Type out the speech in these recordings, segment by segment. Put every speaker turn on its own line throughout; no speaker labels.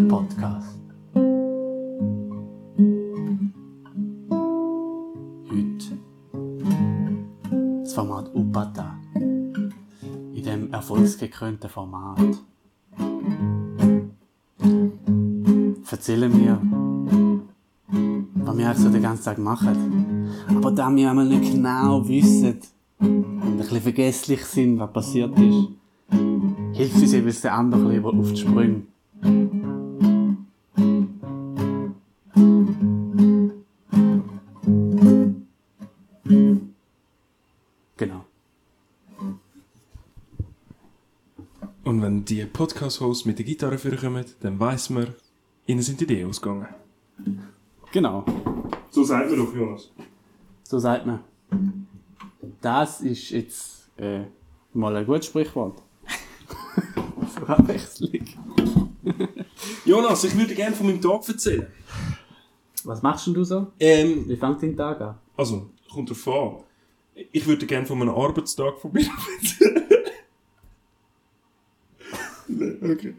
Podcast. Heute das Format Upata. In dem erfolgsgekrönten Format. Erzählen wir, was wir eigentlich so den ganzen Tag machen. Aber da wir einmal nicht genau wissen und ein bisschen vergesslich sind, was passiert ist, hilft uns jeweils der andere ein bisschen auf die Sprünge. Genau.
Und wenn die Podcast-Hosts mit der Gitarre vorkommen, dann weiss man, ihnen sind die Ideen ausgegangen.
Genau.
So sagt man doch, Jonas.
So sagt man. Das ist jetzt äh, mal ein gutes Sprichwort. Zur Abwechslung.
Jonas, ich würde gerne von meinem Tag erzählen.
Was machst denn du so?
Ähm,
Wie fängt dein Tag an?
also, kommt drauf an. Ich würde gerne von einem Arbeitstag von mir erzählen. Nein, okay.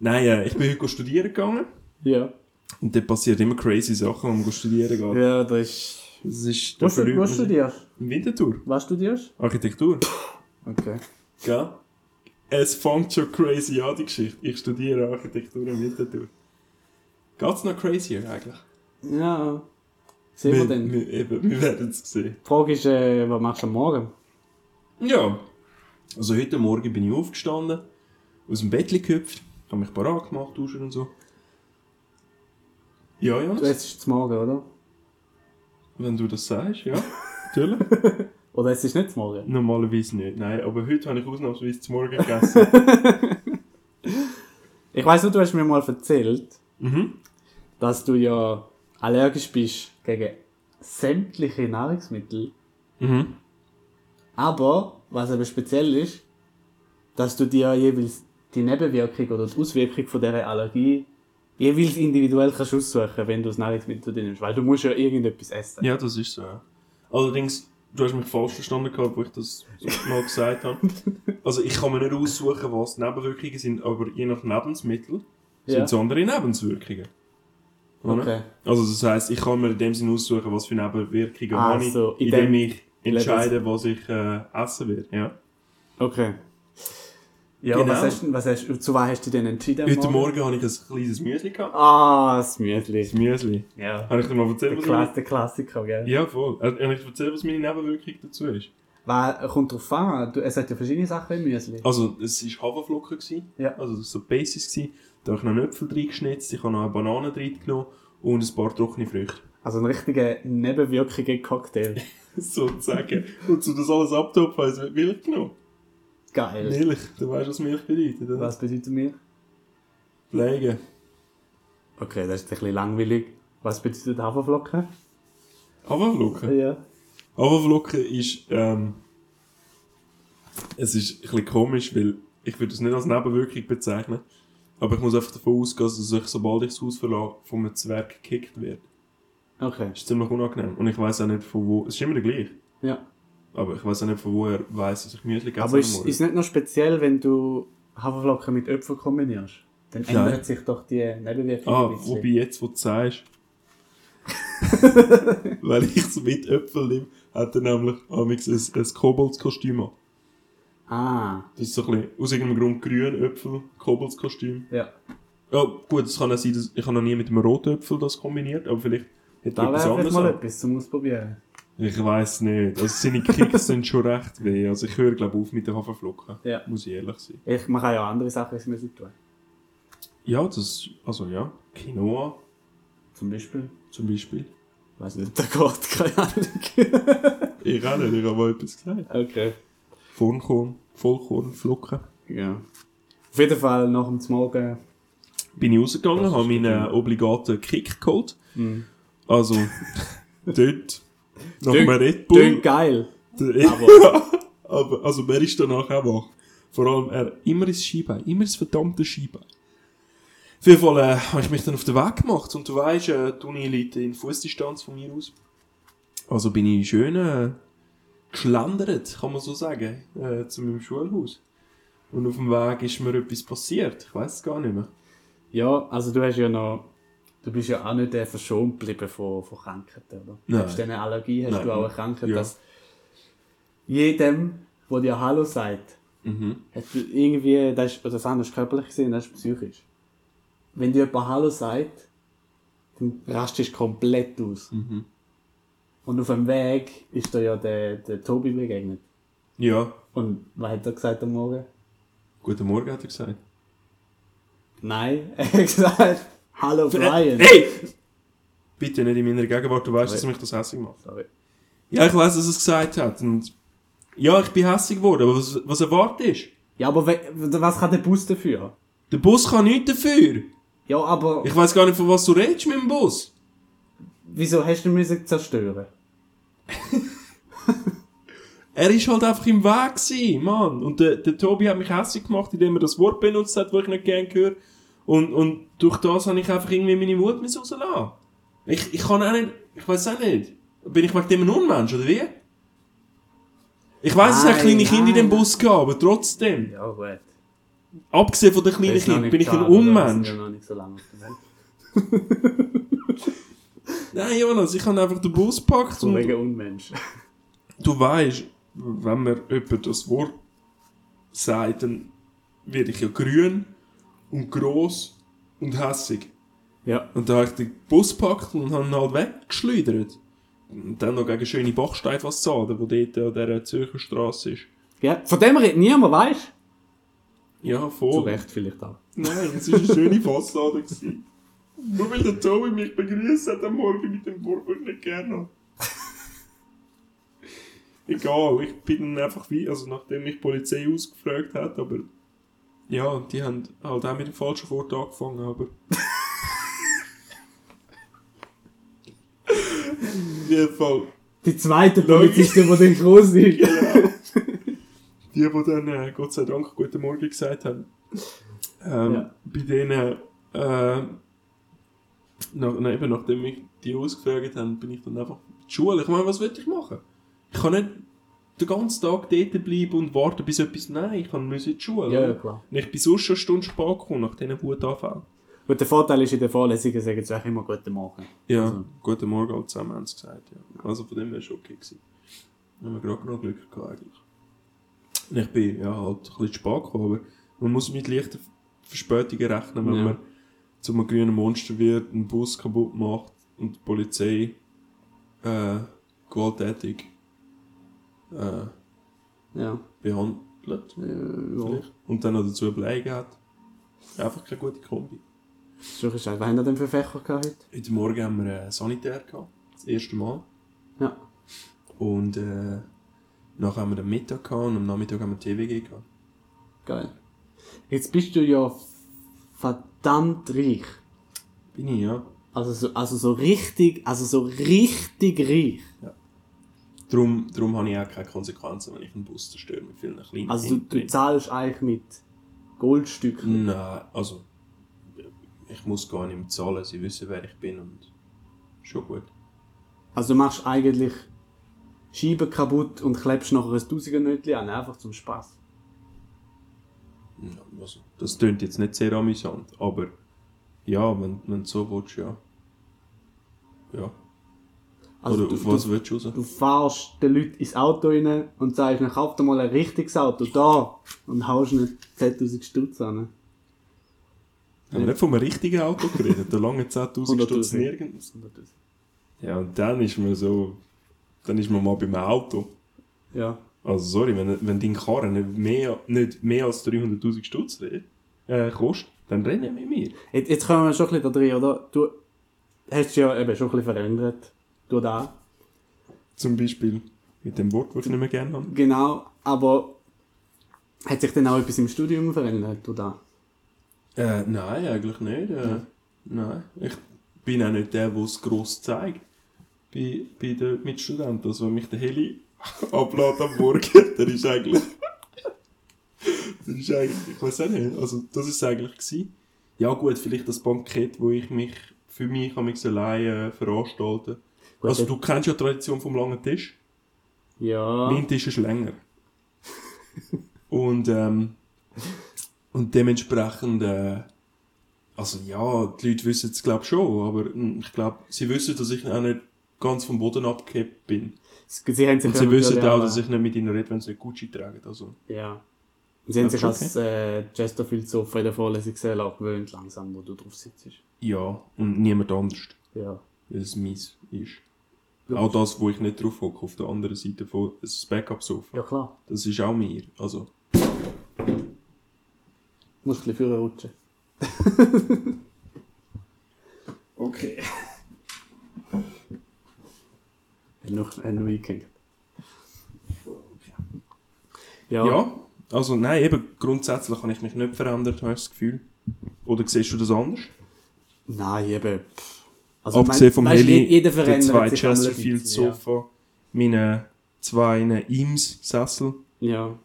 Nein, äh, ich bin heute studieren gegangen.
Ja.
Und dort passieren immer crazy Sachen, wenn man studieren geht.
Ja, das ist...
Das ist
Was,
da verliert
du,
man
was
sich.
studierst
Im Winterthur.
Was studierst
Architektur.
Okay.
Gell? Es fängt schon crazy an, die Geschichte. Ich studiere Architektur in Winterthur. Geht's noch crazier eigentlich?
Ja. Sehen wir denn?
Wir, eben, wir werden es sehen.
Die Frage ist, äh, was machst du am Morgen?
Ja. Also heute Morgen bin ich aufgestanden, aus dem Bett gehüpft, habe mich parat gemacht, duschen und so. Ja, ja.
Du essst zum Morgen, oder?
Wenn du das sagst, ja. Natürlich.
Oder es ist nicht zum Morgen?
Normalerweise nicht, nein. Aber heute habe ich ausnahmsweise zum Morgen gegessen.
Ich weiss nur, du hast mir mal erzählt,
mhm.
dass du ja allergisch bist gegen sämtliche Nahrungsmittel.
Mhm.
Aber, was eben speziell ist, dass du dir jeweils die Nebenwirkung oder die Auswirkung von dieser Allergie jeweils individuell kannst aussuchen, wenn du das Nahrungsmittel zu dir nimmst. Weil du musst ja irgendetwas essen.
Ja, das ist so. ja. Allerdings, du hast mich falsch verstanden gehabt, wo ich das so mal gesagt habe. Also ich kann mir nicht aussuchen, was die Nebenwirkungen sind, aber je nach Lebensmittel sind
Ja.
es andere Nebenwirkungen. Oder?
Okay.
Also das heisst, ich kann mir in dem Sinne aussuchen, was für Nebenwirkungen
Ah,
habe ich,
so, in
indem
dem
ich entscheide, was ich äh, essen werde. Ja.
Okay. Ja,
Genau.
was hast, du- was hast, du- zu was hast du dich denn entschieden? am
Heute Morgen habe ich ein kleines Müsli gehabt.
Ah, das Müsli.
Ein Müsli.
Ja.
Habe ich dir mal erzählt,
Der,
was
Kla
meine...
der Klassiker, gell?
Ja, voll. Äh, Habe ich dir erzählt, was meine Nebenwirkung dazu ist?
Weil, kommt drauf an, du, es hat ja verschiedene Sachen im Müsli.
Also, es war Haferflocken. gewesen.
Ja.
Also, das war so Basis. gewesen. Da habe ich noch einen Äpfel reingeschnitzt, ich habe noch eine Banane reingenommen und ein paar trockene Früchte.
Also ein richtiger nebenwirkiger Cocktail.
Sozusagen. Und um das alles abzutopfen, habe ich es mit Milch genommen.
Geil.
Milch. Du weißt, was Milch bedeutet, oder?
Was bedeutet Milch?
Pflege.
Okay, das ist ein bisschen langweilig. Was bedeutet Haferflocken?
Haferflocken.
Ja.
Haferflocken ist, ähm, es ist ein bisschen komisch, weil ich würde es nicht als Nebenwirkung bezeichnen, aber ich muss einfach davon ausgehen, dass ich, sobald ich das Haus verlasse, von einem Zwerg gekickt werde.
Okay.
Das ist ziemlich unangenehm. Und ich weiß auch nicht, von wo, es ist immer gleich.
Ja.
Aber ich weiß auch nicht, von wo er weiss, dass ich Müsli gegessen
Aber
habe.
ist, ist nicht noch speziell, wenn du Haferflocken mit Äpfel kombinierst? Dann
Nein.
ändert sich doch die Nebenwirkung
ah,
ein bisschen.
wobei jetzt, wo du sagst, weil ich es mit Äpfel nehme, hat er nämlich amigs ein, ein Koboldskostüm an.
Ah,
Das ist so ein bisschen, aus irgendeinem Grund grün, Äpfel, Koboldskostüm.
ja.
Ja, gut, es kann auch sein, dass ich habe noch nie mit einem roten Äpfel das kombiniert, aber vielleicht hätte
Da
er
wäre
etwas
vielleicht
anderes.
mal
an.
etwas zum Ausprobieren.
Ich weiß nicht. Also seine Kicks sind schon recht weh. Also ich höre, glaube auf mit den Haferflocken.
Ja.
Muss ich ehrlich sein.
Ich, man kann ja andere Sachen ins Müsli tun.
Ja, das, also ja, Quinoa
Zum Beispiel.
zum Beispiel.
Weiß nicht, da geht keine Ahnung.
Ich auch nicht, ich habe mal etwas gesagt.
okay.
Vollkorn, Vollkornflocken.
Ja. Auf jeden Fall nach dem Morgen.
Bin ich rausgegangen,
Das ist Mhm.
habe meinen äh, obligaten Kick geholt. Also, dort, nach
Dünn-
einem Red Bull.
Tönt geil.
Aber. aber also wer ist danach auch wach? Vor allem er immer ins Skibein, immer ins verdammte Skibein. Auf jeden Fall äh, habe ich mich dann auf den Weg gemacht und du weißt, äh, die Uni liegt in Fußdistanz von mir aus. Also bin ich schön äh, geschlendert, kann man so sagen, äh, zu meinem Schulhaus. Und auf dem Weg ist mir etwas passiert, ich weiß es gar nicht mehr.
Ja, also du hast ja noch. Du bist ja auch nicht der verschont geblieben von, von Krankheiten, oder?
Nein.
Nebst diesen Allergie hast
Nein.
du auch eine Krankheit,
Ja.
dass jedem, der dir Hallo sagt,
Mhm.
hat irgendwie. Das ist, das andere ist körperlich gesehen, das ist psychisch. Wenn dir jemand Hallo sagt, dann rastest du komplett aus.
Mhm.
Und auf dem Weg ist dir ja der, der Tobi begegnet.
Ja.
Und was hat er gesagt am Morgen?
Guten Morgen, hat er gesagt.
Nein, er hat gesagt, Hallo Brian.
Hey! Bitte nicht in meiner Gegenwart, du weißt, dass mich das hässlich macht.
Sorry.
Ja, ich weiß, dass er es gesagt hat. Und ja, ich bin hässlich geworden, aber was, was erwartest du?
Ja, aber we- was kann der Bus dafür?
Der Bus kann nichts dafür.
Ja, aber
Ich weiß gar nicht, von was du redest mit dem Bus.
wieso hast du Musik zerstören?
Er ist halt einfach im Weg gewesen, Mann. Und der, der Tobi hat mich hässlich gemacht, indem er das Wort benutzt hat, das ich nicht gerne höre. Und, und durch das habe ich einfach irgendwie meine Wut müssen rauslassen. Ich, ich kann auch nicht, ich weiß auch nicht. Bin ich wegen dem ein Unmensch, oder wie? Ich weiß, es hat
Nein,
kleine Kinder in dem
nein.
Bus gehabt, aber trotzdem.
Ja, gut.
Abgesehen von den kleinen Kindern, bin ich ein Unmensch.
noch nicht so lange auf der Welt.
Nein, Jonas, ich habe einfach den Bus gepackt
So
und
wegen Unmensch.
du weißt, wenn mir jemand das Wort sagt, dann werde ich ja grün und gross und hässig.
Ja.
Und da habe ich den Bus gepackt und habe ihn halt weggeschleudert. Und dann noch gegen schöne Bachsteinfassade, die dort an dieser Zürcher Straße ist.
ja. Von dem redet niemand, weißt du?
Ja,
Zu
voll.
Recht vielleicht auch.
Nein, es war eine schöne Fassade. gewesen. Nur weil der Tobi mich begrüßt hat am Morgen mit dem Wort, das ich nicht gerne habe. Egal, ich bin dann einfach wie, also nachdem mich die Polizei ausgefragt hat, aber ja, die haben halt auch mit dem falschen Wort angefangen, aber... Auf jeden Fall,
Die zweite Polizistin, die den groß ist.
die, die dann äh, Gott sei Dank Guten Morgen gesagt haben, ähm,
Ja.
bei denen, äh, nach, nein, eben nachdem mich die ausgefragt haben, bin ich dann einfach in die Schule. Ich meine, was will ich machen? Ich kann nicht den ganzen Tag dort bleiben und warten, bis etwas... Nein, ich kann in die Schule.
Ja, ja, klar.
Und ich bin sonst schon eine Stunde spät gekommen, nach diesen Wutanfällen.
Gut, der Vorteil ist, in den Vorlesungen sagen sie auch immer Guten Morgen.
Ja,
Also.
guten Morgen alle zusammen, haben sie gesagt. Ja. Also von dem her war okay. Gewesen. Haben wir gerade noch Glück gehabt eigentlich. Und ich bin ja halt ein bisschen zu spät gekommen, aber man muss mit leichten Verspätungen rechnen, wenn
Ja.
man zu einem grünen Monster wird, einen Bus kaputt macht und die Polizei äh, gewalttätig äh,
Ja.
behandelt.
Äh, ja.
vielleicht. Und dann noch dazu bleiben hat. Einfach keine gute Kombi.
Schon gescheit. Was haben wir denn für Fächer gehabt heute?
Heute Morgen haben wir äh, Sanitär gehabt. Das erste Mal.
Ja.
Und äh, nachher haben wir den Mittag gehabt und am Nachmittag haben wir TWG gehabt.
Geil. Jetzt bist du ja verdammt reich.
Bin ich, ja.
Also so, also so richtig, also so richtig reich.
Darum, darum habe ich auch keine Konsequenzen, wenn ich einen Bus zerstöre mit vielen kleinen
Also du, du
Kindern.
zahlst eigentlich mit Goldstücken.
Nein, also ich muss gar nicht mehr zahlen, sie wissen, wer ich bin und schon gut.
Also du machst eigentlich Scheiben kaputt und klebst nachher ein Tausendernötchen an, einfach zum Spaß.
Ja, also, das tönt jetzt nicht sehr amüsant, aber ja, wenn, wenn du so willst, ja. Ja.
Also du,
Oder auf was
du,
willst du raus?
du fahrst den Leuten ins Auto rein und sagst, dann kauf dir mal ein richtiges Auto, da! Und haust ihnen 10'000 Stutz an. ne?
Haben wir nicht von einem richtigen Auto geredet? Der lange 10'000 Stutz
100'000.
nirgends. Ja, und dann ist man so. Dann ist man mal beim Auto.
Ja.
Also, sorry, wenn, wenn dein Karren nicht mehr, nicht mehr als 300.000 Stutz re- äh, kostet, dann renne mit mir.
Jetzt, jetzt kommen wir schon ein bisschen da rein, oder? Du hast dich ja eben schon ein bisschen verändert. Du da.
Zum Beispiel mit dem Wort, das ich nicht mehr gerne habe.
Genau, aber hat sich denn auch etwas im Studium verändert, du da?
Äh, nein, eigentlich nicht. Äh, nein. Ich bin auch nicht der, der es gross zeigt. Bei, bei den Mitstudenten. Also, wenn mich der Heli ablädt am Morgen, der ist eigentlich. der ist eigentlich. Ich weiß auch nicht. Also, das ist es eigentlich. Gewesen. Ja, gut, vielleicht das Bankett, wo ich mich für mich am liebsten allein äh, veranstalte.
Gut,
also,
das-
du kennst ja die Tradition vom langen Tisch.
Ja.
Mein Tisch ist länger. und, ähm, und dementsprechend äh, Also ja, die Leute wissen es glaube ich schon, aber mm, ich glaube, sie wissen, dass ich auch nicht ganz vom Boden abgekippt bin.
Sie, haben sich
Und sie wissen
natürlich
auch, dass ich nicht mit ihnen rede, wenn sie Gucci tragen. Also.
Ja. Und Sie haben sich
Okay.
als äh, Chesterfield-Sofa in der Vorlesung sehr gewöhnt, langsam, wo du drauf sitzt.
Ja, und niemand anders,
Ja.
weil es meins ist. Auch das, wo ich nicht drauf hocke, auf der anderen Seite von das Backup-Sofa.
Ja, klar.
Das ist auch mir. Also,
Du musst ein bisschen früher rutschen.
okay.
Hat noch ein Weekend.
Ja.
Ja.
also nein, eben grundsätzlich habe ich mich nicht verändert, habe ich das Gefühl. Oder siehst du das anders?
Nein, eben. pff. Also,
Abgesehen vom
mein- weisst,
Heli,
jeder
der
verändert
zwei
sich am Leben,
Chesterfield-Sofa, meine zwei Ims-Sessel,
Ja. ja.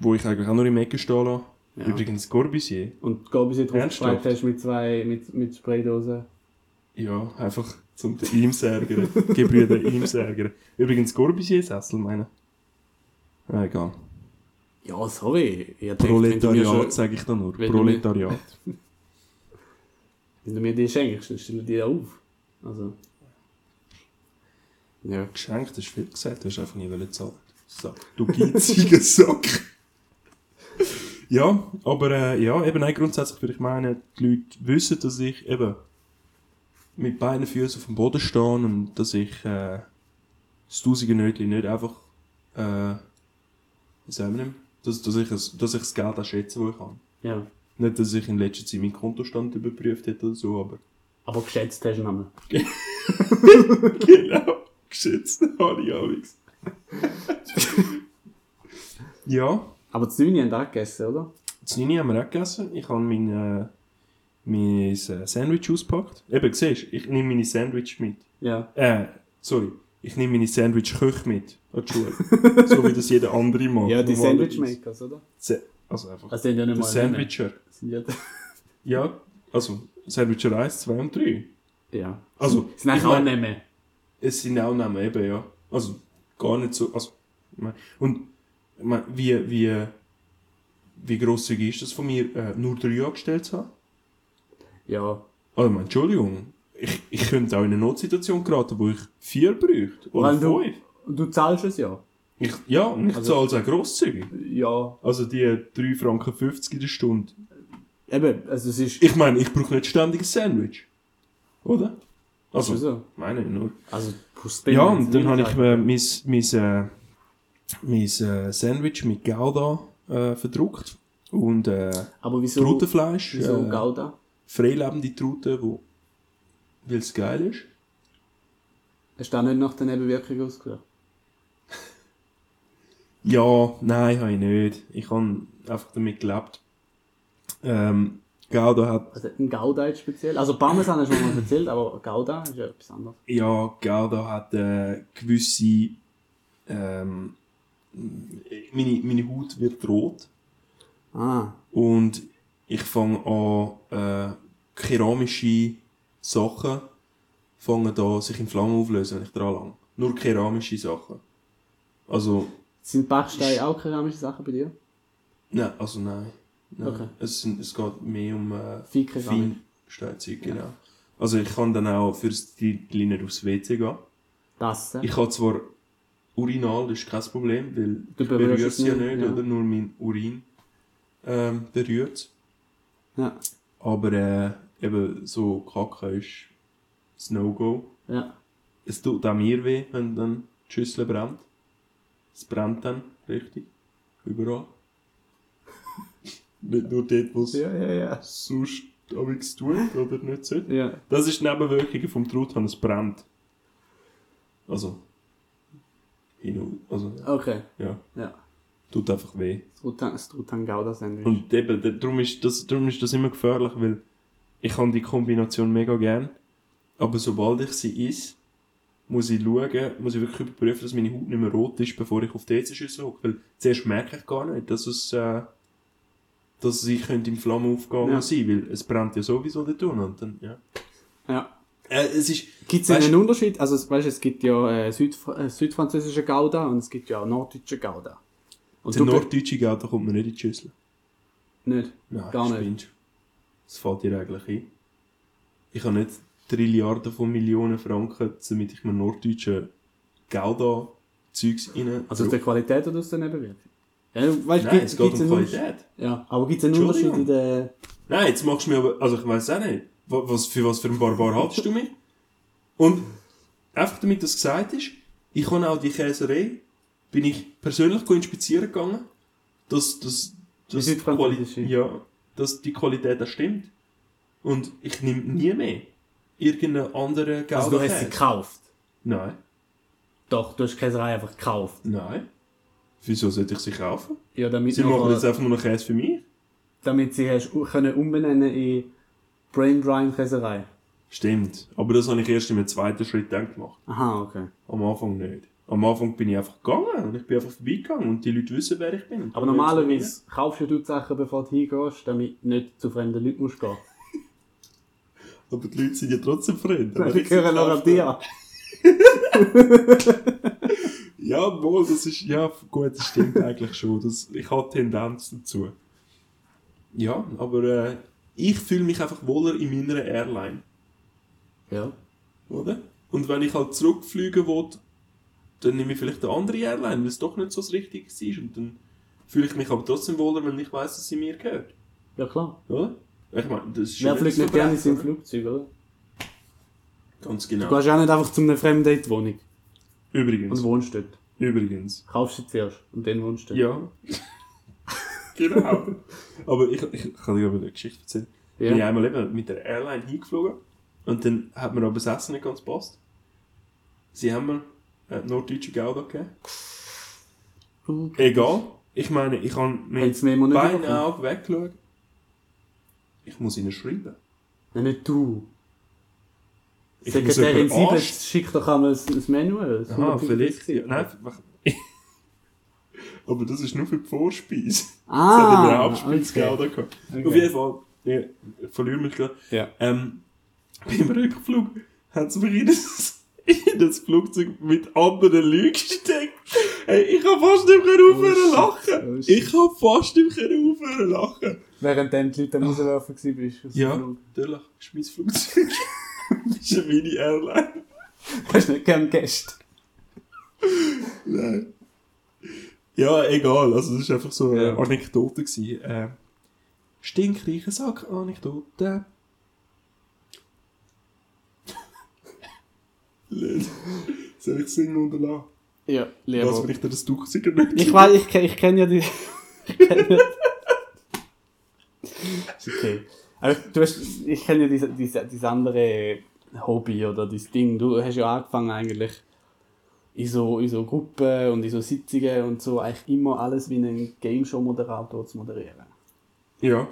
wo ich eigentlich auch noch im Ecke stehen lasse.
Ja.
Übrigens Corbusier.
Und gab es drauf
Ernsthaft?
gefragt hast mit zwei mit, mit Spraydosen.
Ja, einfach zum die Ims ärgern. Gebrüder Ims ärgern. Übrigens Corbusier-Sessel, meine. Ah, Egal.
Ja, sorry. Ich dachte, wenn du mir
Proletariat,
schon-
sage ich da nur.
wenn du mir-
Proletariat.
Wenn du mir die schenkst, dann stell die auf. Also. Ja.
Geschenkt, das ist viel gesagt, du hast einfach nie wollen zahlen. So, du geiziger Sack. ja, aber äh, ja, eben nein, grundsätzlich würde ich meinen, die Leute wissen, dass ich eben mit beiden Füßen auf dem Boden stehe und dass ich äh, das tausende Nötchen nicht einfach äh, wie sagen wir denn? dass, dass, ich es, dass ich das Geld auch schätze, das ich habe.
Ja.
Nicht, dass ich in letzter Zeit meinen Kontostand überprüft hätte oder so, aber
Aber geschätzt hast du ihn einmal.
genau. Geschätzt habe ich Amix. ja,
Aber die 9 haben auch gegessen, oder?
das Nini haben wir auch gegessen. Ich habe mein, äh, mein äh, Sandwich ausgepackt. Eben, siehst du, ich nehme meine Sandwich mit.
Ja.
Äh, sorry. Ich nehme meine Sandwich-Köche mit an die Schule. so wie das jeder andere macht.
Ja, die
normalerweise.
Sandwich-Makers, oder?
Se- Also einfach.
Das sind ja nicht
der
mal Namen.
Sandwicher.
Das sind ja,
Ja, also Sandwicher 1, 2 und 3.
ja.
Also,
Das sind eigentlich
ich
auch
mein-
Namen.
Es sind auch Namen, eben, ja. Also, gar nicht so. Also, ich mein- und ich mein, wie, wie, wie grosszügig ist das von mir, äh, nur drei angestellt zu haben?
Ja.
Also, ich mein, Entschuldigung, ich, ich könnte auch in eine Notsituation geraten, wo ich vier bräuchte. Oder
Weil du-
fünf.
Und du zahlst es ja?
Ich, ja, und ich
Also-
zahle es auch grosszügig.
Ja.
Also, die 3,50 Franken in der Stunde.
Eben, also es ist...
Ich meine, ich brauche nicht ständig ein Sandwich. Oder? Also,
Ist so.
meine ich nur.
Also, plus
Ja, und dann habe ich
gesagt.
äh, mein, mein, äh, mein äh, Sandwich mit Gouda äh, verdruckt und äh,
Aber wieso...
Trutenfleisch,
Wieso
äh,
Gouda?
freilebende Truten, wo, weil es geil ist.
Hast du auch nicht nach der Nebenwirkung ausgehört?
Ja, nein, habe ich nicht. Ich habe einfach damit gelebt. Ähm, Gouda hat,
Also ein Gouda jetzt speziell? Also Parmesan haben wir schon mal erzählt, aber Gouda ist ja etwas anderes.
ja, Gouda hat äh, gewisse, ähm, meine, meine Haut wird rot.
Ah,
Und ich fange an, äh, keramische Sachen fangen an, sich in Flammen auflösen, wenn ich dran lang. Nur keramische Sachen. Also,
sind Backsteine auch keramische Sachen bei dir?
nein, also nein. nein.
Okay.
Es, sind, es geht mehr um äh,
Feinkeramik.
Feinsteinzeug, genau. Also ich kann dann auch fürs Titel nicht aufs WC gehen.
Tassen?
Ich habe zwar Urinal, das ist kein Problem, weil
Du
ich
berührst
berühre
es
es ja
nicht,
nicht,
ja.
oder nur mein Urin ähm, berührt es.
Ja.
Aber äh, eben so Kacke ist das No-Go.
ja.
Es tut auch mir weh, wenn dann die Schüssel brennt. Es brennt dann, richtig. Überall. Nicht nur dort, wo es
ja, ja.
sonst am liebsten tut oder nicht sollte.
Ja,
Das ist die Nebenwirkung vom Truthahn, es brennt. Also. hin und- Also,
okay.
ja.
Ja.
Tut einfach weh.
Das Rutan- Das Trutan-Gouda-Sandwich.
Und eben, da- darum ist, das, darum ist das immer gefährlich, weil ich habe die Kombination mega gern, aber sobald ich sie esse, muss ich schauen, muss ich wirklich überprüfen, dass meine Haut nicht mehr rot ist, bevor ich auf die EC-Schüssel hocke. Weil zuerst merke ich gar nicht, dass es, äh, dass sie könnte in Flammen aufgehen
Ja.
ja. sein, weil es brennt ja sowieso der Ton und dann, ja.
Ja.
Äh, es ist,
Gibt es
Weißt-
einen Unterschied? Also es- weißt, du, es gibt ja äh, Südfra äh, südfranzösische Gouda und es gibt ja auch norddeutsche Gouda. Und du
der
bist
norddeutsche Geld, da kommt man nicht in die Schüssel.
nicht.
Nein,
Gar nicht.
spinnst. Das fällt dir eigentlich ein. Ich habe nicht Trilliarden von Millionen Franken, damit ich mir norddeutschen Gouda Zeugs rein...
Also aus der Qualität oder aus der Nebenwirkung? Ja, weißt,
Nein, es geht um
einen Unterschied-
Qualität.
Ja, aber gibt es einen Unterschied in der...
Nein, jetzt machst du mir aber... Also ich weiß auch nicht. Wa- Was, für was für ein Barbar haltest du mich? Und einfach damit das gesagt ist, ich habe auch die Käserei, bin ich persönlich inspizieren gegangen, dass, dass, dass,
Die
die
südfranzösische.
Quali- ja, dass die Qualität auch stimmt. Und ich nehme nie mehr irgendeinen anderen Gouda
Also du hast sie
Käse.
gekauft.
Nein,
Doch, du hast die Käserei einfach gekauft.
nein. Wieso sollte ich sie kaufen?
Ja, damit,
Sie
nachher-
machen jetzt einfach nur einen Käse für mich.
damit sie hast, u- können umbenennen in Brain Brine Käserei.
Stimmt. Aber das habe ich erst im zweiten Schritt dann gemacht.
Aha, okay.
Am Anfang nicht. Am Anfang bin ich einfach gegangen und ich bin einfach vorbeigegangen und die Leute wissen, wer ich bin.
Aber normalerweise kaufst du die Sachen, bevor du hingehst, damit du nicht zu fremden Leuten musst gehen.
Aber die Leute sind ja trotzdem Freunde.
Die gehören noch an dir.
Ja, wohl, das ist, ja, gut, das stimmt eigentlich schon. Das, ich habe Tendenz dazu. Ja, aber äh, ich fühle mich einfach wohler in meiner Airline,
Ja.
oder? Und wenn ich halt zurückfliegen will, dann nehme ich vielleicht eine andere Airline, weil es doch nicht so das Richtige ist. Und dann fühle ich mich aber trotzdem wohler, wenn ich weiß, dass sie mir gehört.
Ja klar.
Oder? Ich meine, das ist ja
Wer fliegt
so
nicht gerne in
breit,
seinem
oder?
Flugzeug, oder?
Ganz
Du
genau.
gehst auch nicht einfach zu einer Fremden in die Wohnung und
Übrigens.
wohnst dort.
Übrigens.
Kaufst du zuerst und dann wohnst du dort.
Ja. genau. Aber ich, ich kann dir aber eine Geschichte erzählen.
Ja.
Bin ich einmal eben mit der Airline hingeflogen und dann hat mir aber das Essen nicht ganz gepasst. Sie haben mir äh, norddeutsche Gouda gegeben.
Du-
Egal. Ich meine, ich kann mit
Hättest du mir immer nicht
beiden
bekommen.
Augen weggeschaut. Ich muss ihnen schreiben.
Nein, nicht du.
Ich
Sekretärin
muss jemanden
Siebert
anst-
schickt doch einmal ein, ein Manual. ein
Aha,
150.
vielleicht. Ja, nein, f- aber das ist nur für die Vorspeise. Das hat immer
Ah,
Abspielsgeld
okay.
okay. gehabt.
Okay.
Auf jeden Fall, ja, ich verliere mich gerade.
Ja.
Ähm, beim Rückflug hat es mich in das, in das Flugzeug mit anderen Leuten gesteckt. Hey, ich habe fast nicht mehr aufhören
shit.
lachen.
Oh, shit.
ich habe fast nicht mehr aufhören lachen.
Währenddem die Leute am Rauswerfen waren.
Ja, natürlich. Das ist mein Flugzeug. das ist eine Mini-Airline.
Du hast nicht gern Gäste.
Nein. Ja, egal. Also, das war einfach so eine
Ja.
Anekdote. Gewesen. Äh, stinkreiche Sack-Anekdote. Lel. Soll ich singen und lachen?
Ja,
Was, wenn
Lehrbuch.
ich dir das Tuch sicher nicht
Ich weiß, ich, ich kenne ja die. ich kenn ja- ist okay. Aber du hast, ich kenne ja dieses diese, diese andere Hobby oder dieses Ding. Du hast ja angefangen eigentlich in so, in so Gruppen und in so Sitzungen und so eigentlich immer alles wie einen Gameshow-Moderator zu moderieren.
Ja.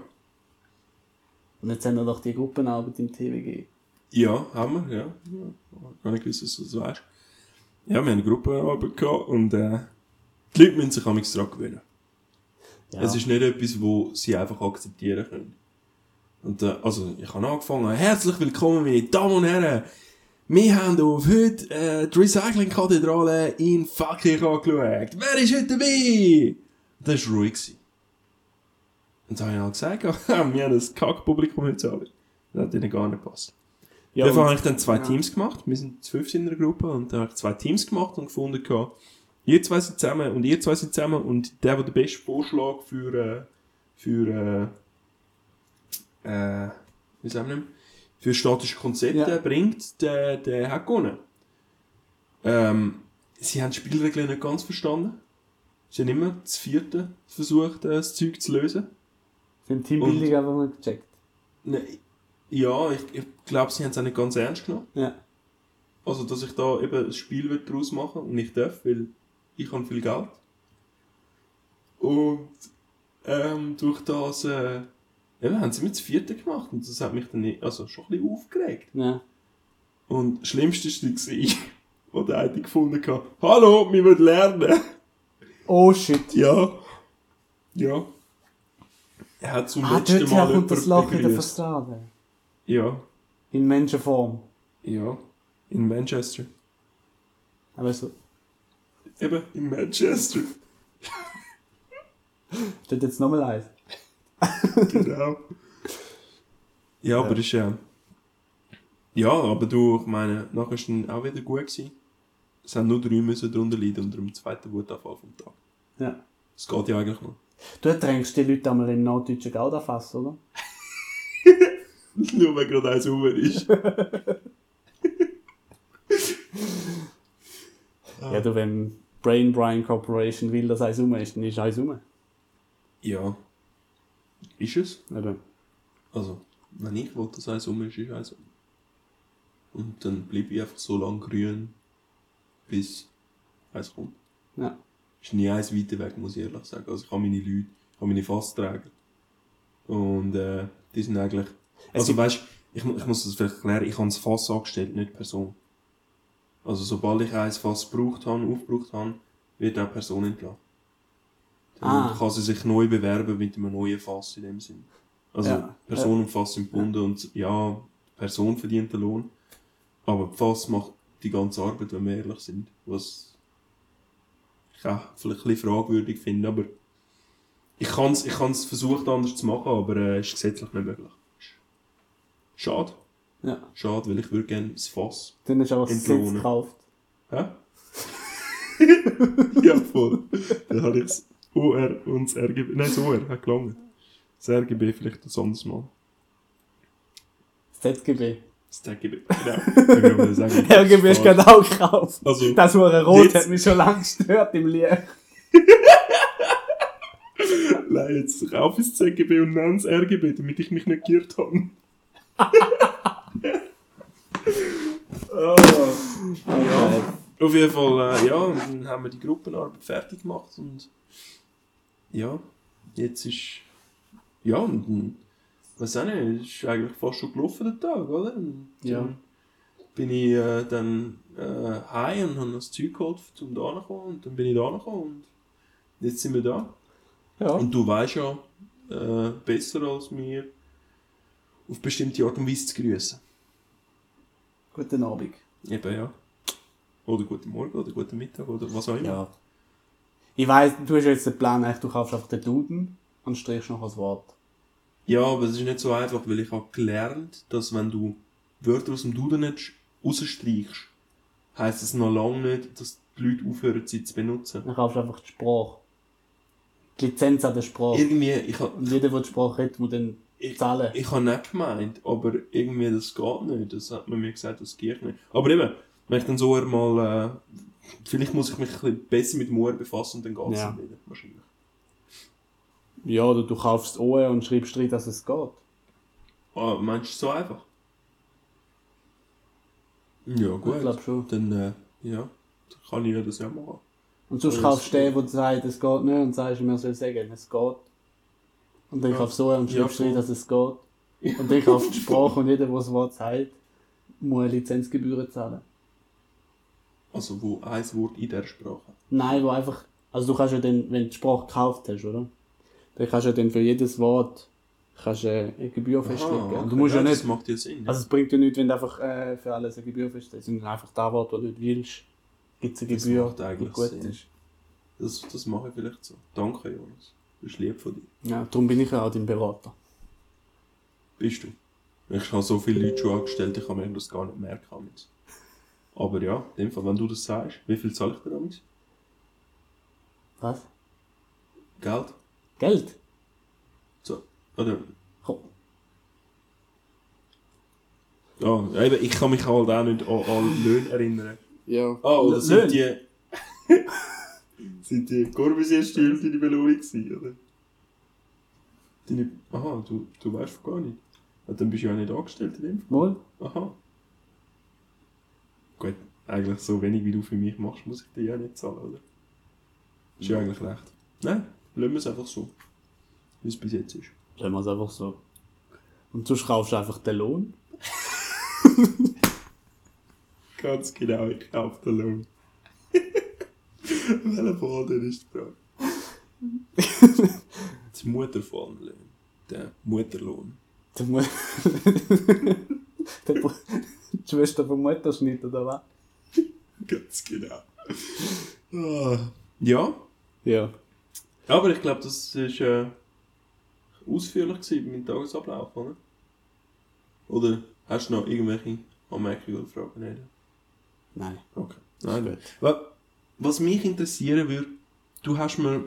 Und jetzt haben wir doch die Gruppenarbeit im TWG.
Ja, haben wir, ja. ja. Ich habe gewusst, dass du das weißt. Ja, wir haben eine Gruppenarbeit gehabt und äh, die Leute müssen sich an mich dran gewöhnen.
Ja.
Es ist nicht etwas, wo sie einfach akzeptieren können. Und, äh, also, ich habe angefangen. Herzlich willkommen, meine Damen und Herren. Wir haben auf heute äh, die Recycling-Kathedrale in Fakir angeschaut. Wer ist heute dabei? Und Das war ruhig. gewesen. Und dann habe ich halt gesagt, «Haha, wir haben ein Kackpublikum heute Abend. Das hat ihnen gar nicht gepasst.
ja,
Dafür
und-
habe ich dann zwei
ja.
Teams gemacht. Wir sind zu fünf in der Gruppe und dann habe ich zwei Teams gemacht und gefunden, gehabt, ihr zwei sind zusammen und ihr zwei sind zusammen und der, der den besten Vorschlag für, äh, für, äh, äh, wie sagen wir, für statische Konzepte
Ja.
bringt, der, der hat gewonnen. Ähm, sie haben die Spielregeln nicht ganz verstanden. Sie haben immer das vierte versucht, äh, das Zeug zu lösen.
sind Teambildung einfach mal gecheckt.
Nein, ja, ich, ich glaube, sie haben es auch nicht ganz ernst genommen.
Ja.
Also, dass ich da eben ein Spiel will draus machen und ich darf, weil ich habe viel Geld. Und ähm, durch das äh, eben, haben sie mir das vierte gemacht und das hat mich dann nicht- also schon ein bisschen aufgeregt.
ja.
Und das Schlimmste war, wo der eine gefunden hat, «Hallo, wir wollen lernen!»
Oh shit.
Ja. Ja. Er hat zum
Ah,
letzten
dort
Mal
her kommt das
jemanden
Loch in der
begrüßt.
Fassade.
Ja,
In Menschenform.
ja. In Manchester.
Aber so,
Eben, in Manchester.
steht jetzt nochmal eins.
genau. Ja, aber ist ja. Ja, aber du, ich meine, nachher ist dann auch wieder gut gewesen. Es haben nur drei müssen drunter leiden unter dem zweiten Wutanfall vom Tag.
Ja.
Es geht ja eigentlich noch.
Du drängst die Leute einmal im norddeutschen Gauderfass, oder?
Nur weil gerade eins Uber ist.
Ja, du, wenn Brain Brian Corporation will, dass eins rum ist, dann ist eins rum.
ja. Ist es?
Eben.
Also, wenn ich will, dass eins um ist, ist eins um. Und dann bleibe ich einfach so lang grün, bis eins kommt.
Ja.
Ist nie eins weiter weg, muss ich ehrlich sagen. Also ich habe meine Leute, ich habe meine Fassträger. Und äh, die sind eigentlich... Also
gibt-
weißt ich, mu- ich muss das vielleicht erklären, ich habe das Fass angestellt, nicht die Person. Also sobald ich eins Fass gebraucht habe, aufgebraucht habe, wird auch die Person entlassen. Dann
Ah.
kann sie sich neu bewerben mit einem neuen Fass in dem Sinn. Also
Ja.
Person und Fass sind gebunden und ja, die Person verdient den Lohn. Aber die Fass macht die ganze Arbeit, wenn wir ehrlich sind. Was ich auch vielleicht ein bisschen fragwürdig finde, aber ich kann es ich kann's versucht anders zu machen, aber es äh, ist gesetzlich nicht möglich. Schade.
Ja.
Schade, weil ich würde gerne das Fass.
Dann hast du aber das Sitz
Entlohnen.
gekauft.
Hä? ja, voll. Dann habe ich das UR und das RGB. Nein, das UR hat gelangt. Das RGB vielleicht ein anderes Mal.
Das ZGB.
Das RGB. Genau. Ich sagen,
RGB ist gerade auch genau gekauft.
Also,
Das war ein Rot,
Jetzt-
hat mich schon lange gestört im Lied.
nein, jetzt kaufe ich das RGB und nenne es RGB, damit ich mich nicht geirrt habe.
Ja.
Auf jeden Fall, äh, ja, dann haben wir die Gruppenarbeit fertig gemacht und ja, jetzt ist. Ja, und dann, weiß auch nicht, ist eigentlich fast schon gelaufen der Tag, oder? Und
Ja.
dann Bin ich äh, dann äh, heim und habe das Zeug geholt, um da hinzukommen und dann bin ich da hingekommen und jetzt sind wir da.
Ja.
Und du weißt ja äh, besser als mir, auf bestimmte Art und Weise zu grüßen.
Guten Abend.
Eben, ja. Oder guten Morgen oder guten Mittag oder was auch immer.
Ja. Ich weiss, du hast ja jetzt den Plan, eigentlich, du kaufst einfach den Duden und strichst noch das Wort.
Ja, aber es ist nicht so einfach, weil ich habe gelernt, dass wenn du Wörter aus dem Duden nicht sch- rausstreichst, heisst es noch lange nicht, dass die Leute aufhören, sie zu benutzen.
Dann kaufst du einfach die Sprache. Die Lizenz an der Sprache.
Irgendwie, ich habe
Und jeder, der die Sprache hat, muss dann
ich,
zahlen.
ich habe nicht gemeint, aber irgendwie das geht nicht. Das hat man mir gesagt, das geht nicht. Aber eben, wenn ich dann so einmal, äh, vielleicht muss ich mich ein bisschen besser mit Moor befassen, dann geht es
Ja.
dann wieder, wahrscheinlich.
Ja, oder du kaufst OE und schreibst rein, dass es geht.
Ah, meinst du so einfach? Ja, gut.
Ich glaube schon.
Dann, äh, ja, dann kann ich ja das ja machen.
Und sonst
Ja,
kaufst du
das-
den, der sagt, es geht nicht, und sagst ihm, er soll sagen, es geht. Und dann
Ja.
kaufst du OE und
Ja,
schreibst
voll.
rein, dass es geht. Und dann kaufst du die Sprache und jeder, der das Wort sagt, muss eine Lizenzgebühr zahlen.
Also wo ein Wort in der Sprache.
Nein, wo einfach. Also du kannst ja dann, wenn du die Sprache gekauft hast, oder? Dann kannst du ja dann für jedes Wort kannst, äh, eine Gebühr festlegen. Und du musst ja,
Das
nicht.
macht ja Sinn.
Also es bringt ja nichts, wenn du einfach äh, für alles eine Gebühr festlegst. Sondern einfach das Wort, das du nicht willst, gibt es eine
Das
Gebühr,
macht eigentlich
die gut
Sinn.
ist.
das, das mache ich vielleicht so. Danke, Jonas. Das ist lieb von dir.
Ja, darum bin ich ja auch dein Berater.
Bist du. Ich habe so viele Leute schon angestellt, ich kann mir das gar nicht merken. Amix. Aber ja, in dem Fall, wenn du das sagst, wie viel zahle ich dir damit?
Was?
Geld?
Geld?
So. Oder?
Komm.
Ja, eben, ich kann mich halt auch nicht an alle Löhne erinnern.
Ja.
Ah, oder
L-
sind
Löhne?
die... sind die Corbusier-Stühle deine Belohnung gewesen, oder? Deine... Aha, du, du weißt gar nicht. Ja, dann bist du ja auch nicht angestellt in dem Fall.
Wohl?
Aha. Gut, eigentlich so wenig wie du für mich machst, muss ich dir ja nicht zahlen, oder? Ist ja eigentlich recht. Nein, lassen wir es einfach so. Wie es bis jetzt ist.
Lassen wir es einfach so. Und sonst kaufst du einfach den Lohn.
Ganz genau, ich kaufe den Lohn. Welcher Faden ist die Frage? das Mutterfadenlohn. Der Mutterlohn.
Der Mu der Br- die Schwester vom Mutterschnitt, oder was?
Ganz genau. Ah, ja,
Ja.
aber ich glaube, das war äh, ausführlich gewesen, mein Tagesablauf, oder? Oder hast du noch irgendwelche Anmerkungen oder Fragen? Nein.
Nein,
Okay.
ist
Nein.
gut.
Wa- Was mich interessieren würde, du hast mir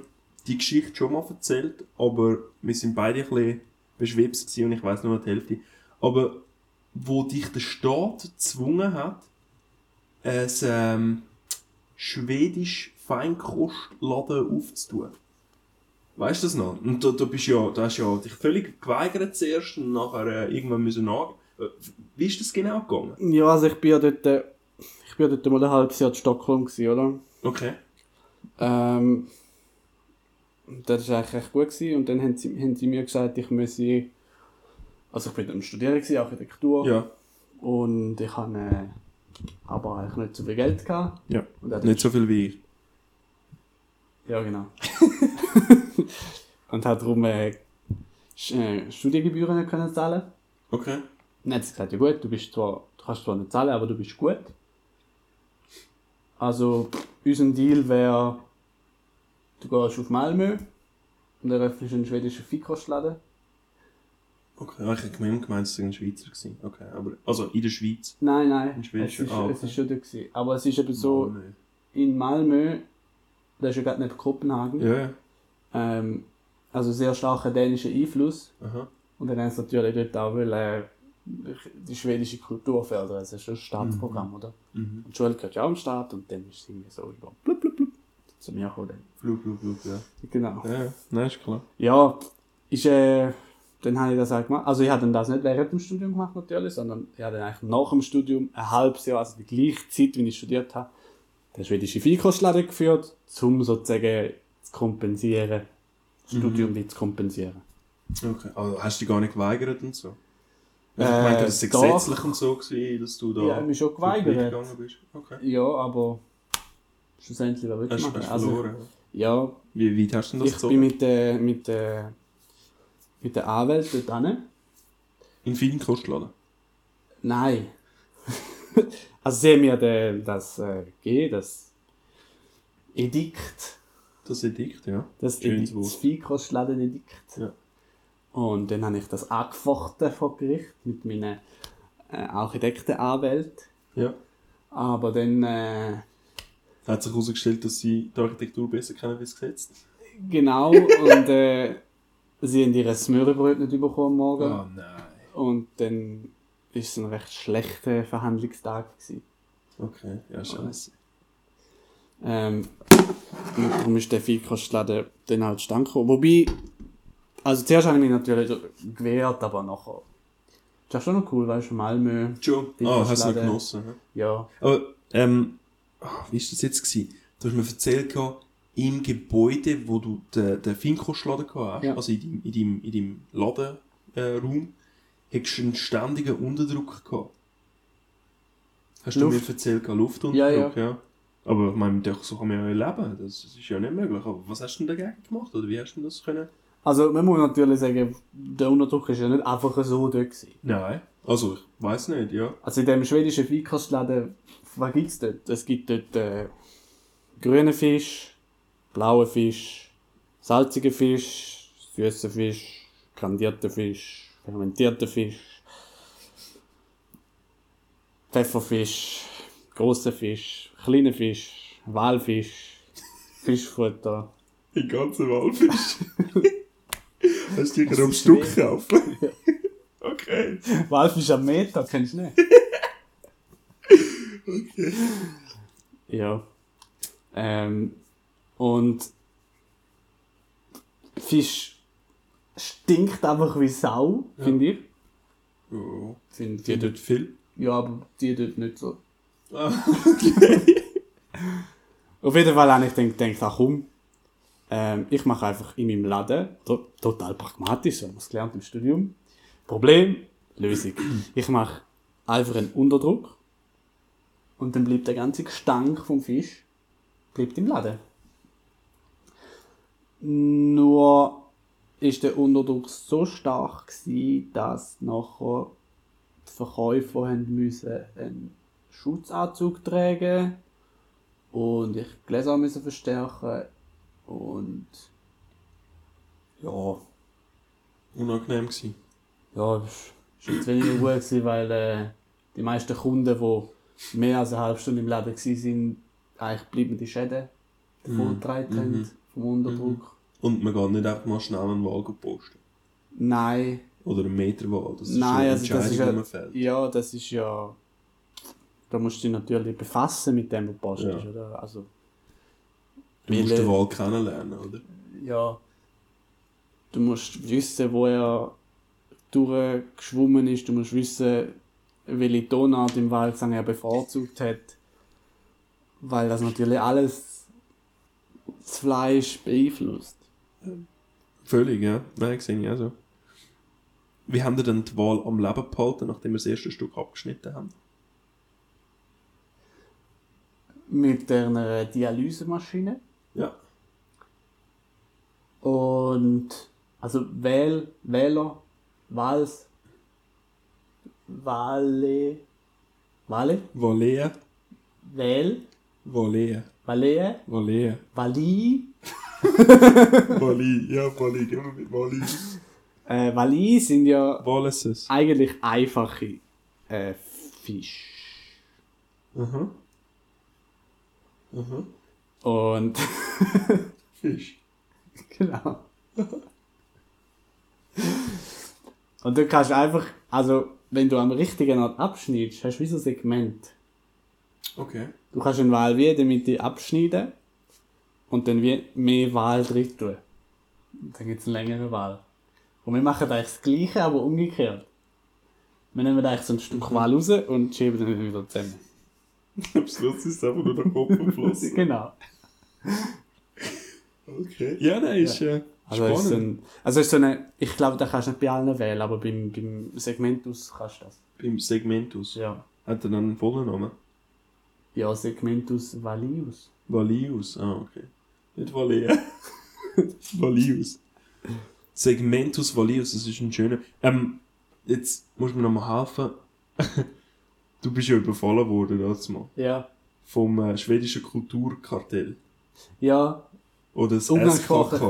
die Geschichte schon mal erzählt, aber wir sind beide ein bisschen beschwipst gewesen und ich weiß nur noch die Hälfte. Aber wo dich der Staat gezwungen hat, ein ähm, schwedisch Feinkostladen aufzutun. Weißt du das noch? Und da, da bist ja, da hast ja dich völlig geweigert zuerst und nachher äh, irgendwann müssen nach. Äh, Wie ist das genau gegangen?
Ja, also ich bin ja dort, äh, ich bin ja dort mal ein halbes Jahr in Stockholm gewesen, oder?
Okay.
Ähm, das war eigentlich recht gut gewesen. und dann haben sie, haben sie mir gesagt, ich müsse, also ich bin am Studieren gewesen, Architektur
Ja.
und ich habe äh, aber eigentlich nicht so viel Geld gehabt.
Ja.
Und hat
Nicht so viel wie ich.
Ja, genau. und hat darum äh, Sch- äh, Studiengebühren nicht können zahlen.
Okay.
Dann hat sie gesagt, ja gut, du, bist zwar, du kannst zwar nicht zahlen, aber du bist gut. Also, unser Deal wäre, du gehst auf Malmö und dann öffnest einen schwedischen Fikostladen.
Okay, ah, ich habe gemeint, gemeint, es sei ein Schweizer gewesen. Okay, aber, also in der Schweiz.
Nein, nein,
Ein
es
schwedischer,
ist,
ah, okay.
es ist schon da gewesen. Aber es ist eben so,
Malmö.
in Malmö, das ist ja gerade neben Kopenhagen,
Ja, ja.
ähm, also sehr starker dänischer Einfluss.
Aha.
Und dann haben sie natürlich dort auch wollen, äh, die schwedische Kultur fördern. Es ist schon ein Staatsprogramm, oder?
Mhm.
Und die Schule gehört ja auch am Start und dann ist es irgendwie so über blub, blub, blub, zu mir gekommen.
Flug, flug, flug, ja.
dann. Genau.
Ja, ja. Nein, ist klar.
Ja, ist, äh, dann habe ich das halt gemacht. Also ich habe dann das nicht während dem Studium gemacht natürlich, sondern ich habe dann eigentlich nach dem Studium ein halbes Jahr, also die gleiche Zeit, wie ich studiert habe, den schwedischen Feinkostladen geführt, um sozusagen zu kompensieren, das Studium wie zu kompensieren.
Okay. Also hast du dich gar nicht geweigert und so? Ich
Äh,
meine, das war
doch.
gesetzlich und so, gewesen, dass du da
Ich habe mich schon geweigert.
gegangen bist. Okay.
Ja, aber schlussendlich, was willst
Hast
du
du
machen? Also,
verloren?
ja,
Wie weit hast du denn das
ich bin mit der, mit der, mit der Anwältin dort hin.
In vielen Kostladen.
Nein. also sie haben mir den, das äh, G, das Edikt,
Das Edikt, ja.
das,
Schönes
Edikt,
Wort.
das Fikos-Laden-Edikt.
Ja.
Und dann habe ich das angefochten vor Gericht mit meinen äh, Architektenanwält.
Ja.
Aber dann, äh,
Hat sich herausgestellt, dass sie die Architektur besser kennen als das Gesetz.
genau, und äh, sie haben ihre Smörrebröt nicht bekommen am Morgen.
Ah, nein.
Und dann war es ein recht schlechter Verhandlungstag. Gewesen.
Okay, ja, scheiße.
Ähm, und darum ist der Feinkostladen dann halt stand gekommen. Wobei, also zuerst habe ich mich natürlich gewehrt, aber nachher. Das ist schon noch cool, weißt du, Malmö.
Schon.
Die
Ah, hast du noch
Kostladen.
genossen, hä?
Ja.
Aber, ähm, ah, wie ist das jetzt gewesen? Du hast mir erzählt, gehabt, im Gebäude, wo du den, den Finkostladen gehabt hast,
Ja.
also in deinem, in deinem, in deinem Ladenraum, äh, Raum, hast du einen ständigen Unterdruck gehabt. Hast du
Luft.
mir erzählt, gehabt, Luftunterdruck,
Ja,
ja,
ja.
Aber ich meine, doch, so kann man ja leben, das, das ist ja nicht möglich. Aber was hast du denn dagegen gemacht, oder wie hast du denn das können?
Also, man muss natürlich sagen, der Unterdruck war ja nicht einfach so da. Gewesen.
Nein. Also, ich weiß nicht, ja.
Also, in dem schwedischen Feinkostladen, was gibt es dort? Es gibt dort äh, grünen Fisch, blauen Fisch, salzigen Fisch, süßen Fisch, kandierten Fisch, fermentierten Fisch, Pfefferfisch, grossen Fisch, kleinen Fisch, Walfisch, Fischfutter.
Den ganzen Walfisch. hast du
Das
dir am
ist
Stück
weh.
gekauft? okay.
Walfisch am Meter, kennst du nicht? Ja. Ähm, und Fisch stinkt einfach wie Sau, finde ich.
Ja.
Find
Die dort viel.
ja, aber die dort nicht so.
Ah.
Auf jeden Fall habe ich dann gedacht, ach komm, ähm, ich mache einfach in meinem Laden, to total pragmatisch, so haben wir es gelernt im Studium, Problem, Lösung. Ich mache einfach einen Unterdruck und dann bleibt der ganze Gestank vom Fisch bleibt im Laden. Nur ist der Unterdruck so stark gewesen, dass nachher die Verkäufer haben müssen einen Schutzanzug tragen und ich die Gläser müssen verstärken und ja,
Unangenehm gewesen.
ja, es Ist jetzt weniger gut gewesen, weil äh, die meisten Kunden, die mehr als eine halbe Stunde im Laden waren, eigentlich bleiben die Schäden davongetragen
Mhm.
haben vom Unterdruck.
Und man geht nicht einfach mal schnell einen Wagen posten. Mhm.
Nein,
Oder einen Meter Wagen. Das ist
Nein,
eine
also das ist
Entscheidung, die
ja,
man fällt.
ja, das ist ja, da musst du dich natürlich befassen mit dem, was du postest,
Ja.
oder? Also,
Du musst
Weil,
den
äh,
Wagen kennenlernen, oder?
ja, du musst wissen, wo er durchgeschwommen ist, du musst wissen, welche Tonart im Waldsang er bevorzugt hat, weil das natürlich alles das Fleisch beeinflusst.
Völlig, ja. Nein, sehe ich auch so. Wie haben ihr denn die Wahl am Leben behalten, nachdem wir das erste Stück abgeschnitten haben?
Mit einer Dialysemaschine
Ja.
und also Wähl, Wähler, Wals, Wale, Wale,
Valea,
Wähl,
Valea,
Valee,
Valea.
Valie,
Vali, ja, Vali, gehen wir mit Vali.
Äh, Wale sind ja
Wallises.
eigentlich einfache äh, Fisch.
Aha. Aha.
Und
Fisch.
genau. Und du kannst einfach, also wenn du am richtigen Ort abschneidest, hast du wie so ein Segment.
Okay.
Du kannst einen Wal wie in der Mitte abschneiden und dann wie mehr Wal drin tun. Und Dann gibt es einen längeren Wal. Und wir machen eigentlich das Gleiche, aber umgekehrt. Wir nehmen eigentlich so ein Stück Wal raus und schieben den wieder zusammen.
Am Schluss ist einfach nur der Kopf am Fluss.
Genau.
Okay. Ja, nein, ist äh,
Also
spannend.
ist so ein, also ist so eine, ich glaube, da kannst du nicht bei allen wählen, aber beim, beim Segmentus kannst du das.
Beim Segmentus.
Ja.
Hat er dann einen vollen Namen?
Ja, Segmentus Valius.
Valius. Ah, okay. Nicht Valea. Valius. Segmentus Valius, das ist ein schöner. Ähm, jetzt musst du mir nochmal helfen. du bist ja überfallen worden, das mal.
Ja.
Vom äh, schwedischen Kulturkartell.
Ja,
Oder das
Umgangssprachlich.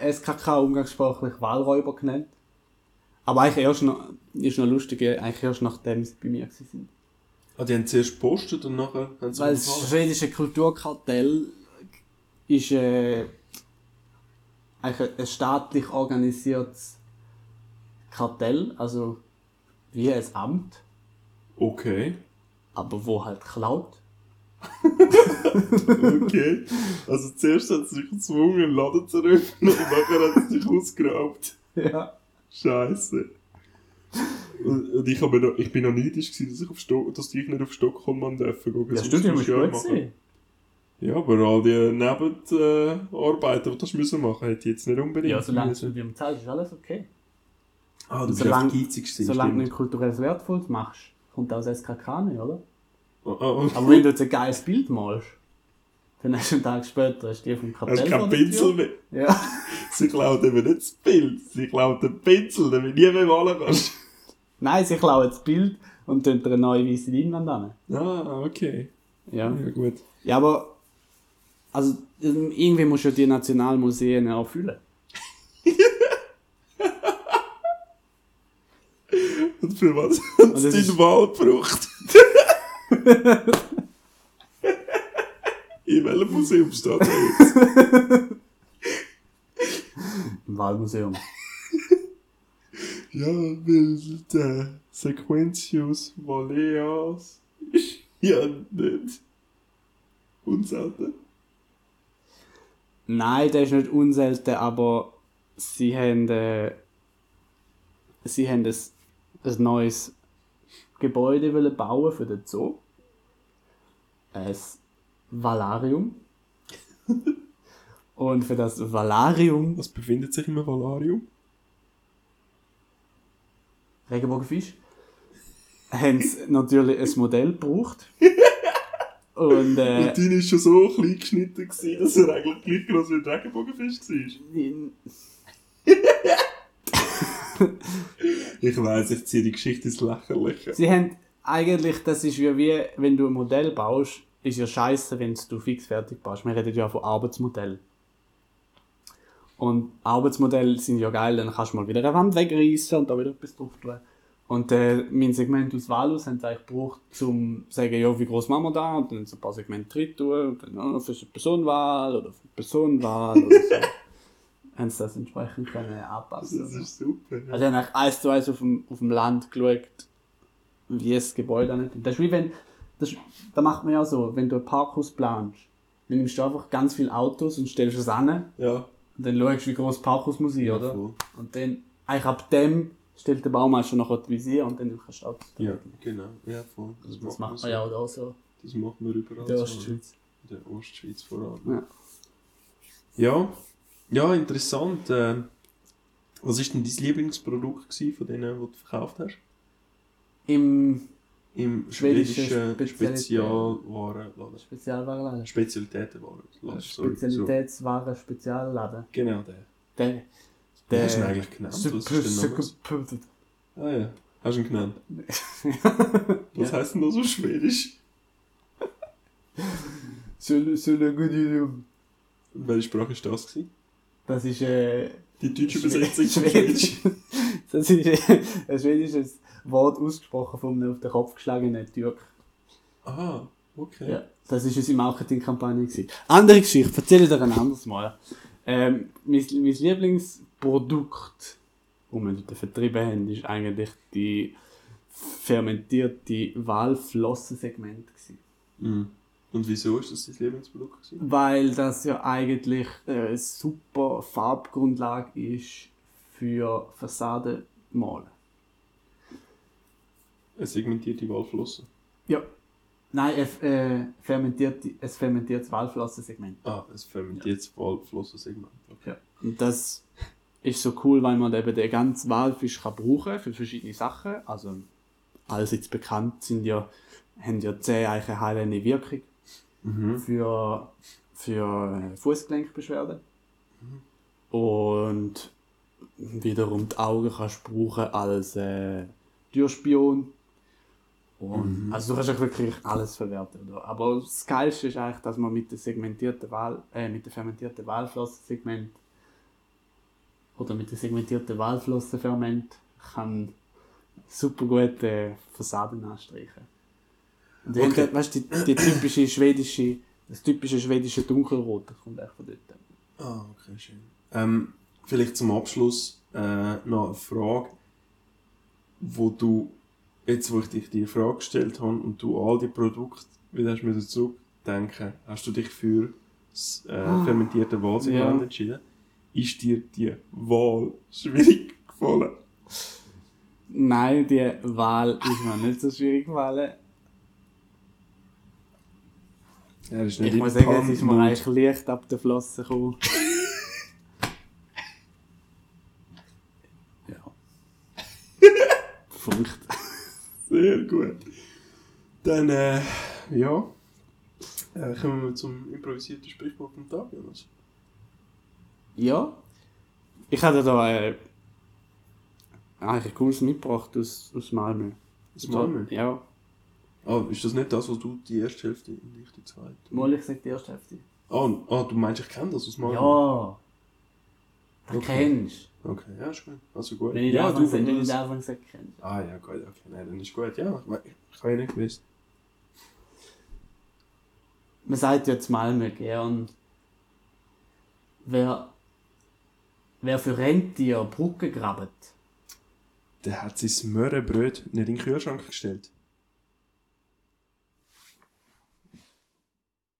SKK.
SKK umgangssprachlich Wahlräuber genannt. Aber eigentlich erst noch, ist noch lustig, äh, eigentlich erst nachdem sie bei mir gewesen sind.
Ah, die haben zuerst gepostet und nachher haben sie
Weil das
überfallen.
schwedische Kulturkartell ist äh, eigentlich ein- ein staatlich organisiertes Kartell, also wie ein Amt.
Okay.
aber wo halt klaut.
Okay. Also zuerst hat sie sich gezwungen, einen Laden zu öffnen und nachher hat sie sich ausgeraubt.
Ja.
Scheiße. Und und ich, hab mir noch, ich bin noch neidisch, gewesen, dass ich, auf Sto dass ich nicht auf Stockholm haben dürfen gehen.
Das
Sonst
Studium ist
musst du ja
gut
machen.
gewesen.
Ja, aber all die Nebenarbeiten, äh, die das müssen machen, hätte ich jetzt nicht unbedingt.
Ja, solange das
müssen.
Studium zahlst, ist alles okay.
Ah, du bist
solange-
einfach geizig gewesen,
solange du
stimmt.
nicht kulturell wertvoll machst, kommt aus SKK nicht, oder?
Ah, ah, ah.
Aber wenn du jetzt ein geiles Bild malst, dann hast du einen Tag später hast du die vom Kartell
Hast du
vor
keinen
der Tür.
Pinsel mehr?
Ja.
Sie klauen eben nicht das Bild, sie klauen den Pinsel, den du nie mehr malen kannst.
Nein, sie klauen das Bild und tun dir eine neue weiße Leinwand an.
Ah, okay.
Ja.
Ja, gut.
ja, aber also, irgendwie musst du ja die Nationalmuseen erfüllen.
Und für was hat
das
es
ist-
deinen Wahl gebraucht? In welchem Museum steht er jetzt?
Im Waldmuseum.
Ja, weil der Sequentius Valeas ist ja nicht unselten.
Nein, der ist nicht unselten, aber sie haben, äh, sie haben ein, ein neues Gebäude wollen bauen für den Zoo. Ein Valarium. Und für das Valarium,
Was befindet sich im Valarium?
Regenbogenfisch, haben sie natürlich ein Modell gebraucht. Und, äh,
Und deine war schon so klein geschnitten, gewesen, dass er eigentlich gleich groß wie ein Regenbogenfisch war. Ich weiss, ich ziehe die Geschichte ins Lächerliche.
Sie haben eigentlich, das ist ja wie, wenn du ein Modell baust, ist ja scheiße, wenn du fix fertig baust. Wir reden ja von Arbeitsmodell. Und Arbeitsmodelle sind ja geil, dann kannst du mal wieder eine Wand wegreißen und da wieder etwas drauf tun. Und äh, mein Segment aus Valus haben sie eigentlich gebraucht, um zu sagen, ja, wie groß machen wir da? Und dann haben sie ein paar Segmente drin tun, und dann oh, für die Personenwahl oder für die Personenwahl oder so. haben sie das entsprechend können anpassen
Das ist super. Ja.
also ich habe eigentlich eins zu eins auf dem, auf dem Land geschaut, wie es das Gebäude nicht. Das ist wie wenn, das, ist- da macht man ja so, wenn du ein Parkhaus planst, dann nimmst du einfach ganz viele Autos und stellst es an
ja.
und dann schaust du, wie groß das Parkhaus muss sein, oder? Und dann, eigentlich ab dem stellt der Baumeister noch die Visier und dann kannst du Autos
Ja, genau. Ja, voll. Das,
Das
macht
macht
so.
man ja auch so.
Das macht man überall.
Der
so.
Ostschweiz.
In der Ostschweiz vor allem.
Ja.
Ja, ja interessant. Äh, was war denn dein Lieblingsprodukt gewesen von denen, die du verkauft hast?
Im
Im
Schwedische
schwedischen
Spezialität.
Spezialwarenladen.
Spezialwarenladen.
Spezialitätenwarenladen. sorry.
Spezialitätswaren Spezialladen.
So. Genau der.
Der.
Wie hast du ihn eigentlich genannt? Was ist denn Name? Ah ja, hast du ihn genannt? Was heisst denn das auf Schwedisch?
Sylogonium.
Und welche Sprache war das? Gewesen?
Das ist äh,
Die deutsche
Schwe-
Besetzung von
Schwedisch.
Schwedisch.
das ist äh, ein schwedisches Wort ausgesprochen von einem auf den Kopf geschlagenen Türk.
Aha, okay.
Ja, das war unsere Marketingkampagne. gewesen. Andere Geschichte, erzähle ich dir ein anderes Mal. Ähm, mein, mein Lieblingsprodukt, das wir dort vertrieben haben, ist eigentlich die fermentierte Walflossensegment. gewesen.
Mhm. Und wieso ist das dein Lieblingsprodukt? Gewesen?
Weil das ja eigentlich äh, eine super Farbgrundlage ist für Fassadenmalen.
Eine segmentierte Walflosse.
Ja. Nein, äh, äh, fermentierte, ein fermentiertes Walflossensegment.
Ah, ein fermentiertes Walflossensegment. Okay.
Und das ist so cool, weil man eben den ganzen Walfisch kann brauchen für verschiedene Sachen. Also allseits bekannt sind ja, haben ja Zähne eigentlich eine heilende Wirkung
Mhm.
für, für äh, Fußgelenkbeschwerden. Und wiederum die Augen kannst du brauchen als äh, Türspion. Und, Also du kannst auch wirklich alles verwerten. Oder? Aber das Geilste ist eigentlich, dass man mit der segmentierten Wahl, äh, mit der fermentierten Walflossensegment oder mit der segmentierten Walflossenferment kann super gut äh, Fassaden anstreichen. Und die
Okay.
haben dort, weißt du, die, die typische schwedische, das typische schwedische Dunkelrot, das kommt echt von dort.
Ah, okay, schön. Ähm, vielleicht zum Abschluss äh, noch eine Frage, wo du, jetzt wo ich dich die Frage gestellt habe und du all die Produkte wieder hast müssen zurückdenken, hast du dich für das äh, fermentierte Wahlsegment
Ja.
entschieden? Ist dir die Wahl schwierig gefallen?
Nein, die Wahl ist mir nicht so schwierig gefallen.
Er ist
Ich
in
muss sagen, es
Pan-
ist mir eigentlich leicht ab der Flosse gekommen. ja. Punkt.
Sehr gut. Dann, äh, ja, äh, kommen wir zum improvisierten Sprichwort vom Tag, Jonas.
Ja. Ich hatte da äh, eigentlich ein cooles mitgebracht aus, aus Malmö.
Das machen wir.
Ja.
Ah, ist das nicht das, was du die erste Hälfte und ich die zweite?
Mal, ich sag die erste Hälfte.
Ah, und- ah, du meinst, ich kenne das aus Malmö?
Ja. Das
Okay.
kennst
Okay, ja, ist gut. Also gut.
Wenn ich
ja,
den Anfang sag,
wenn
wenn ich den
das-
Anfang sag, kennst
Ah, ja, gut, okay, nein, dann ist gut. Ja, ich, we- ich habe ja nicht gewusst.
Man sagt ja zu Malmö gern, wer, wer für Rentier Brücken grabt,
Der hat sein Möhrenbröt nicht in den Kühlschrank gestellt.